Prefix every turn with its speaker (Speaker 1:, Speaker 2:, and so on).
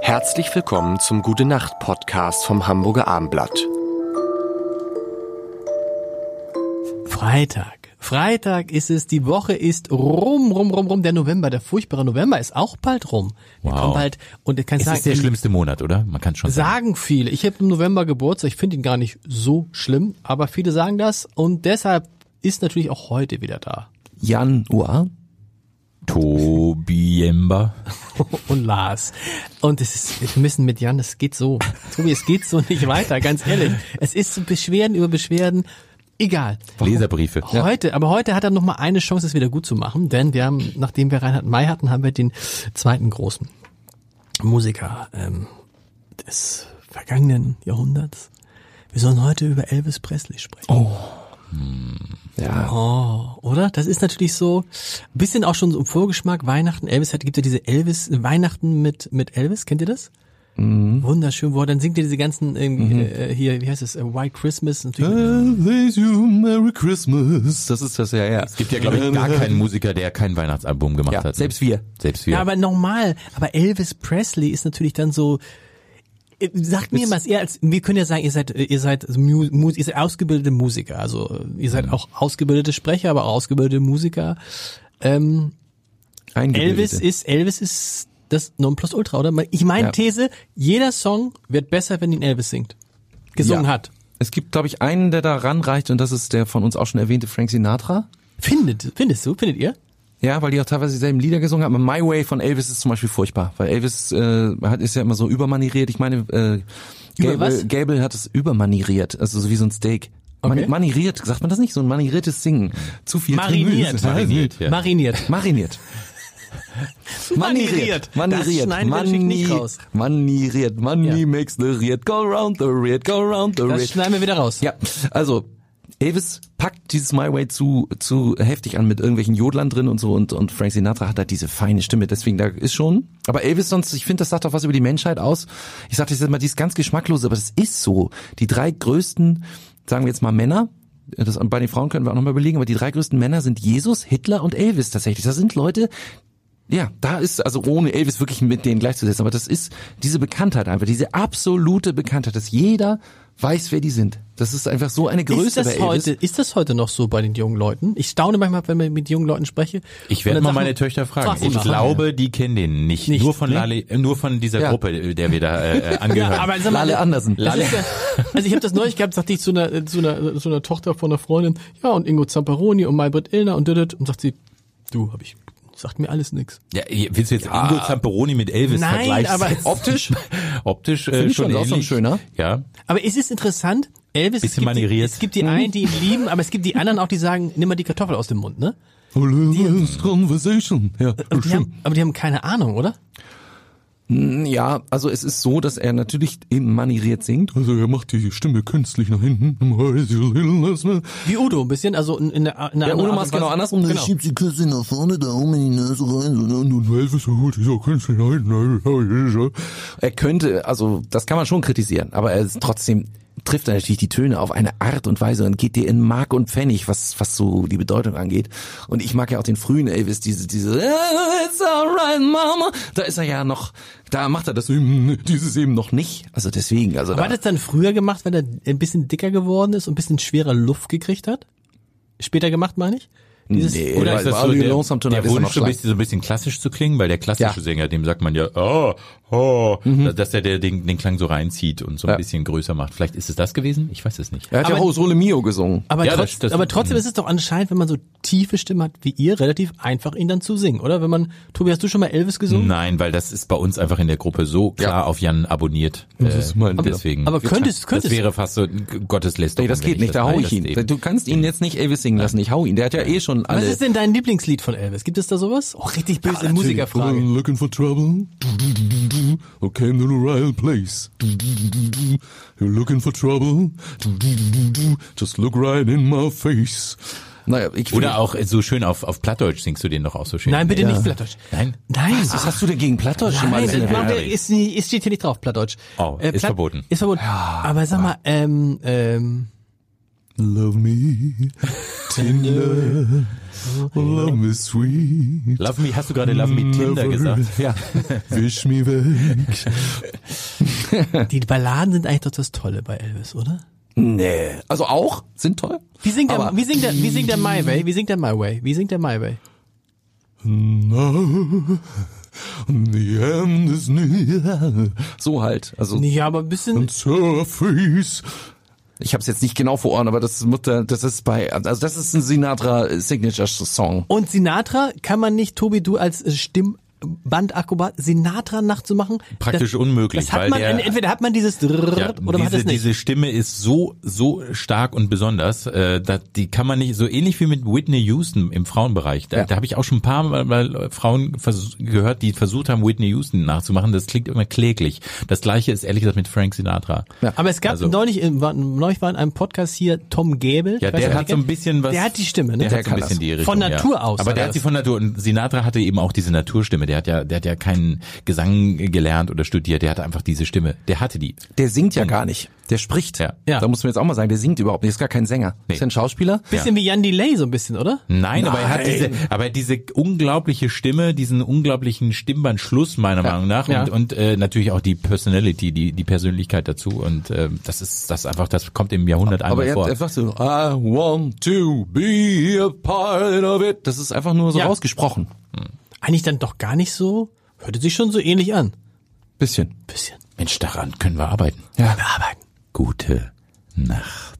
Speaker 1: Herzlich willkommen zum Gute Nacht Podcast vom Hamburger Armblatt.
Speaker 2: Freitag. Freitag ist es, die Woche ist rum, rum, rum, rum. Der November, der furchtbare November ist auch bald rum. Der
Speaker 3: Wow.
Speaker 2: kommt bald und ich kann
Speaker 3: Es
Speaker 2: sagen,
Speaker 3: ist der schlimmste Monat, oder? Man kann schon sagen.
Speaker 2: sagen viele. Ich habe im November Geburtstag, ich finde ihn gar nicht so schlimm, aber viele sagen das und deshalb ist natürlich auch heute wieder da.
Speaker 3: Januar? Tobiember.
Speaker 2: Und Lars. Und es ist, wir müssen mit Jan, es geht so. Tobi, es geht so nicht weiter, ganz ehrlich. Es ist so Beschwerden über Beschwerden. Egal.
Speaker 3: Leserbriefe.
Speaker 2: Heute, aber heute hat er noch mal eine Chance, es wieder gut zu machen, denn wir haben, nachdem wir Reinhard May hatten, haben wir den zweiten großen Musiker ähm, des vergangenen Jahrhunderts. Wir sollen heute über Elvis Presley sprechen. Oh.
Speaker 1: Ja,
Speaker 2: Oder? Das ist natürlich so ein bisschen auch schon so im Vorgeschmack Weihnachten. Elvis hat, gibt ja diese Elvis, Weihnachten mit, mit Elvis, kennt ihr das? Wunderschön, wo er dann singt ihr diese ganzen, irgendwie, äh, hier, wie heißt es, äh, White Christmas, natürlich.
Speaker 3: Merry Christmas. Das ist das ja, ja. Es gibt ja, glaube ich, gar keinen Musiker, der kein Weihnachtsalbum gemacht
Speaker 1: Ja,
Speaker 3: hat. ne?
Speaker 1: selbst wir.
Speaker 3: Selbst wir.
Speaker 2: Ja, aber normal. Aber Elvis Presley ist natürlich dann so. äh, Sagt mir was, ihr als, wir können ja sagen, ihr seid, äh, ihr seid, Mu Mu- ihr seid ausgebildete Musiker, also äh, ihr seid auch ausgebildete Sprecher, aber auch ausgebildete Musiker. Ähm,
Speaker 1: eingebildet.
Speaker 2: Elvis ist, Elvis ist das Nonplusultra, oder? Ich meine
Speaker 1: Ja.
Speaker 2: These, jeder Song wird besser, wenn ihn Elvis singt, gesungen
Speaker 1: Ja.
Speaker 2: hat.
Speaker 1: Es gibt, glaube ich, einen, der da ranreicht und das ist der von uns auch schon erwähnte Frank Sinatra.
Speaker 2: Findet, findest du, findet ihr?
Speaker 1: Ja, weil die auch teilweise dieselben Lieder gesungen haben. My Way von Elvis ist zum Beispiel furchtbar, weil Elvis äh, hat ist ja immer so übermanieriert. Ich meine, äh,
Speaker 2: Über
Speaker 1: Gable,
Speaker 2: was?
Speaker 1: Gable hat es übermanieriert, also so wie so ein Steak. Man,
Speaker 2: Okay.
Speaker 1: Manieriert, sagt man das nicht? So ein manieriertes Singen. Zu viel
Speaker 2: Mariniert.
Speaker 1: Gemüse.
Speaker 3: Mariniert, ja.
Speaker 2: Mariniert.
Speaker 1: Mariniert.
Speaker 2: Mariniert.
Speaker 1: Maniriert.
Speaker 2: Das schneiden wir natürlich nicht
Speaker 1: Mani-
Speaker 2: raus.
Speaker 1: Maniriert. Money
Speaker 2: Ja.
Speaker 1: makes the riert. Go round the riert. Go round the
Speaker 2: Das
Speaker 1: riert.
Speaker 2: schneiden wir wieder raus.
Speaker 1: Ja, also Elvis packt dieses My Way zu, zu heftig an mit irgendwelchen Jodlern drin und so und, und Frank Sinatra hat da diese feine Stimme, deswegen da ist schon. Aber Elvis sonst, ich finde, das sagt doch was über die Menschheit aus. Ich sagte jetzt mal, die ist ganz geschmacklose, aber das ist so. Die drei größten, sagen wir jetzt mal Männer, das, bei den Frauen können wir auch nochmal überlegen, aber die drei größten Männer sind Jesus, Hitler und Elvis tatsächlich. Das sind Leute, ja, da ist, also ohne Elvis wirklich mit denen gleichzusetzen, aber das ist diese Bekanntheit einfach, diese absolute Bekanntheit, dass jeder weiß, wer die sind. Das ist einfach so eine Größe
Speaker 2: Ist das,
Speaker 1: bei Elvis.
Speaker 2: heute, ist das heute noch so bei den jungen Leuten? Ich staune manchmal, wenn man mit jungen Leuten spreche.
Speaker 3: Ich
Speaker 2: Und
Speaker 3: werde
Speaker 2: dann
Speaker 3: mal
Speaker 2: sagt
Speaker 3: meine
Speaker 2: man-
Speaker 3: Töchter
Speaker 2: Frag
Speaker 3: fragen.
Speaker 2: sie
Speaker 3: Ich
Speaker 2: mal.
Speaker 3: glaube, die kennen den nicht.
Speaker 2: Nicht,
Speaker 3: nur von
Speaker 2: ne?
Speaker 3: Lale, äh, nur von dieser
Speaker 1: Ja.
Speaker 3: Gruppe, der wir da äh, äh, angehören.
Speaker 2: Ja, aber sag mal,
Speaker 1: Lale Andersen.
Speaker 2: das ist ja, also ich habe das neulich gehabt, sagte ich zu einer, äh, zu, einer, zu einer Tochter von einer Freundin, ja und Ingo Zamperoni und Maybrit Illner und dit und sagt sie, du, hab ich, sagt mir alles nix.
Speaker 3: ja, willst du jetzt Ingo Zamperoni mit Elvis
Speaker 2: Nein,
Speaker 3: vergleichen?
Speaker 2: aber-
Speaker 3: optisch, optisch äh,
Speaker 1: ich schon,
Speaker 3: schon
Speaker 1: ist auch so ein
Speaker 3: ähnlich.
Speaker 1: schöner.
Speaker 3: Ja,
Speaker 2: Aber es ist interessant, Elvis, es
Speaker 3: Bisschen
Speaker 2: gibt, die,
Speaker 3: manieriert.
Speaker 2: es gibt die einen, die ihn lieben, aber es gibt die anderen auch, die sagen, nimm mal die Kartoffel aus dem Mund, ne?
Speaker 3: Oh,
Speaker 1: Conversation. Ja,
Speaker 2: Die haben, aber die haben keine Ahnung, oder?
Speaker 1: ja, also es ist so, dass er natürlich eben manieriert singt.
Speaker 4: Also er macht die Stimme künstlich nach hinten.
Speaker 2: Wie Udo ein bisschen, also in, in einer in einer
Speaker 1: Der
Speaker 2: anderen
Speaker 1: Udo
Speaker 2: Art
Speaker 1: macht
Speaker 2: und
Speaker 1: genau
Speaker 2: Weise.
Speaker 1: andersrum.
Speaker 2: Genau.
Speaker 4: Schiebt die Küsse nach vorne, da oben in die Nase rein. Und Elvis holt dieser künstlich nach hinten.
Speaker 1: Er könnte, also das kann man schon kritisieren, aber er ist trotzdem trifft er natürlich die Töne auf eine Art und Weise und geht dir in Mark und Pfennig, was was so die Bedeutung angeht. Und ich mag ja auch den frühen Elvis, diese diese It's alright, Mama. Da ist er ja noch, da macht er das eben, dieses eben noch nicht. Also deswegen, also
Speaker 2: Aber
Speaker 1: da,
Speaker 2: hat er das dann früher gemacht, wenn er ein bisschen dicker geworden ist und ein bisschen schwerer Luft gekriegt hat? Später gemacht, meine ich? Dieses,
Speaker 1: Nee,
Speaker 2: oder
Speaker 1: weil-
Speaker 2: ist
Speaker 1: weil-
Speaker 2: das,
Speaker 1: All You Lonesome
Speaker 3: der
Speaker 1: Tonight ist er noch
Speaker 3: Wunsch, so ein
Speaker 1: schlank.
Speaker 3: bisschen, so ein bisschen klassisch zu klingen, weil der klassische
Speaker 1: Ja. Mhm.
Speaker 3: Sänger, dem sagt man ja, oh, oh, da- dass er der, den, den Klang so reinzieht und so ein
Speaker 1: Ja.
Speaker 3: bisschen größer macht. Vielleicht ist es das gewesen? Ich weiß es nicht.
Speaker 1: er hat ja
Speaker 2: aber-
Speaker 1: auch O Sole Mio gesungen.
Speaker 2: aber,
Speaker 3: Ja, das-
Speaker 2: trotz,
Speaker 3: das-
Speaker 2: aber trotzdem ist es doch anscheinend, wenn man so tiefe Stimme hat wie ihr, relativ einfach, ihn dann zu singen, oder? Wenn man, Tobi, hast du schon mal Elvis gesungen?
Speaker 3: Nein, weil das ist bei uns einfach in der Gruppe so klar
Speaker 1: Ja.
Speaker 3: auf Jan abonniert. Äh,
Speaker 1: ist mein- Aber-
Speaker 3: deswegen.
Speaker 2: Aber könntest,
Speaker 3: das
Speaker 2: könntest.
Speaker 3: wäre fast so ein G- Gotteslästerung.
Speaker 1: Nee, das
Speaker 3: wenn
Speaker 1: geht
Speaker 3: ich
Speaker 1: nicht, da hau
Speaker 3: weil
Speaker 1: ich
Speaker 3: das
Speaker 1: ihn.
Speaker 3: eben-
Speaker 1: Du kannst ihn jetzt nicht Elvis singen lassen, ich hau ihn. Der hat ja eh schon alle.
Speaker 2: Was ist denn dein Lieblingslied von Elvis? Gibt es da sowas? Oh, richtig böse Musikerfrage.
Speaker 4: Looking for trouble. Or came to the right place. You're looking for trouble. Just look right in my face.
Speaker 1: naja, ich
Speaker 3: Oder auch äh, so schön auf, auf Plattdeutsch singst du den doch auch so schön.
Speaker 2: Nein, bitte
Speaker 3: Ja.
Speaker 2: nicht Plattdeutsch.
Speaker 3: Nein?
Speaker 2: Nein.
Speaker 1: Was hast du denn gegen Plattdeutsch schon mal?
Speaker 2: Nein,
Speaker 1: Das ist
Speaker 2: das
Speaker 1: ja-
Speaker 2: macht,
Speaker 3: Ferrari.
Speaker 2: ist, nie- ist steht hier Äh, nicht drauf, Plattdeutsch.
Speaker 3: Oh, ist verboten.
Speaker 2: Ist verboten. Aber sag mal, ähm, ähm,
Speaker 4: Love me tender, love me sweet,
Speaker 3: Love Me, hast du gerade Love Me Tinder
Speaker 4: Never.
Speaker 3: gesagt? Ja.
Speaker 4: wisch me weg.
Speaker 2: Die Balladen sind eigentlich doch das Tolle bei Elvis, oder?
Speaker 1: Nee. Also auch? Sind toll?
Speaker 2: Wie singt der,
Speaker 1: Aber-
Speaker 2: wie singt der, wie singt der My Way? Wie singt der My Way? Wie singt der My Way?
Speaker 4: Now, the end is near,
Speaker 1: So halt. Also
Speaker 2: Ja, aber ein bisschen.
Speaker 4: and surface.
Speaker 1: ich habe es jetzt nicht genau vor Ohren, aber das muss da- das ist bei also das ist ein Sinatra äh, Signature Song.
Speaker 2: Und Sinatra kann man nicht, Tobi, du als äh, Stimmbandakrobat, Sinatra nachzumachen?
Speaker 3: Praktisch
Speaker 2: das,
Speaker 3: unmöglich,
Speaker 2: Das hat
Speaker 3: weil
Speaker 2: man,
Speaker 3: der-
Speaker 2: entweder hat man dieses Drrrr
Speaker 3: Ja,
Speaker 2: oder man hat
Speaker 3: diese,
Speaker 2: es nicht.
Speaker 3: diese Stimme ist so so stark und besonders, äh, da, die kann man nicht so ähnlich wie mit Whitney Houston im Frauenbereich. Da,
Speaker 1: Ja.
Speaker 3: da habe ich auch schon ein paar mal, mal äh, Frauen vers- gehört, die versucht haben, Whitney Houston nachzumachen. Das klingt immer kläglich. Das gleiche ist ehrlich gesagt mit Frank Sinatra.
Speaker 1: Ja.
Speaker 2: Aber es gab
Speaker 3: Also-
Speaker 2: neulich, in, war, neulich war in einem Podcast hier Tom Gäbel.
Speaker 3: Ja,
Speaker 2: Ich weiß
Speaker 3: der
Speaker 2: nicht,
Speaker 3: hat so ein bisschen was.
Speaker 2: Der hat die Stimme, ne?
Speaker 3: Der,
Speaker 1: Der
Speaker 3: hat so ein
Speaker 1: kann
Speaker 3: bisschen
Speaker 1: das.
Speaker 3: die Richtung.
Speaker 2: Von Natur
Speaker 3: ja.
Speaker 2: aus
Speaker 3: Aber
Speaker 2: hat
Speaker 3: der
Speaker 2: das.
Speaker 3: hat sie von Natur. Und Sinatra hatte eben auch diese Naturstimme. Der hat ja, der hat ja keinen Gesang gelernt oder studiert. Der hatte einfach diese Stimme. Der hatte die.
Speaker 1: Der singt ja gar nicht. Der spricht.
Speaker 3: Ja.
Speaker 2: Ja.
Speaker 1: Da muss man jetzt auch mal sagen, der singt überhaupt nicht. Ist gar kein Sänger. Ist ja ein Schauspieler.
Speaker 2: bisschen wie Jan Delay so ein bisschen, oder?
Speaker 3: Nein, aber er hat diese, aber diese unglaubliche Stimme, diesen unglaublichen Stimmbandschluss meiner Meinung nach
Speaker 2: Ja.
Speaker 3: und, und äh, natürlich auch die Personality, die die Persönlichkeit dazu und äh, das ist das ist einfach, das kommt im Jahrhundert
Speaker 1: Aber
Speaker 3: einmal
Speaker 1: er,
Speaker 3: vor.
Speaker 1: er sagt so, I want to be a part of it. Das ist einfach nur so
Speaker 2: Ja.
Speaker 1: rausgesprochen.
Speaker 2: Eigentlich dann doch gar nicht so. Hörte sich schon so ähnlich an.
Speaker 1: Bisschen.
Speaker 2: Bisschen.
Speaker 3: Mensch, daran können wir arbeiten.
Speaker 1: Ja.
Speaker 2: Bearbeiten.
Speaker 3: Gute Nacht.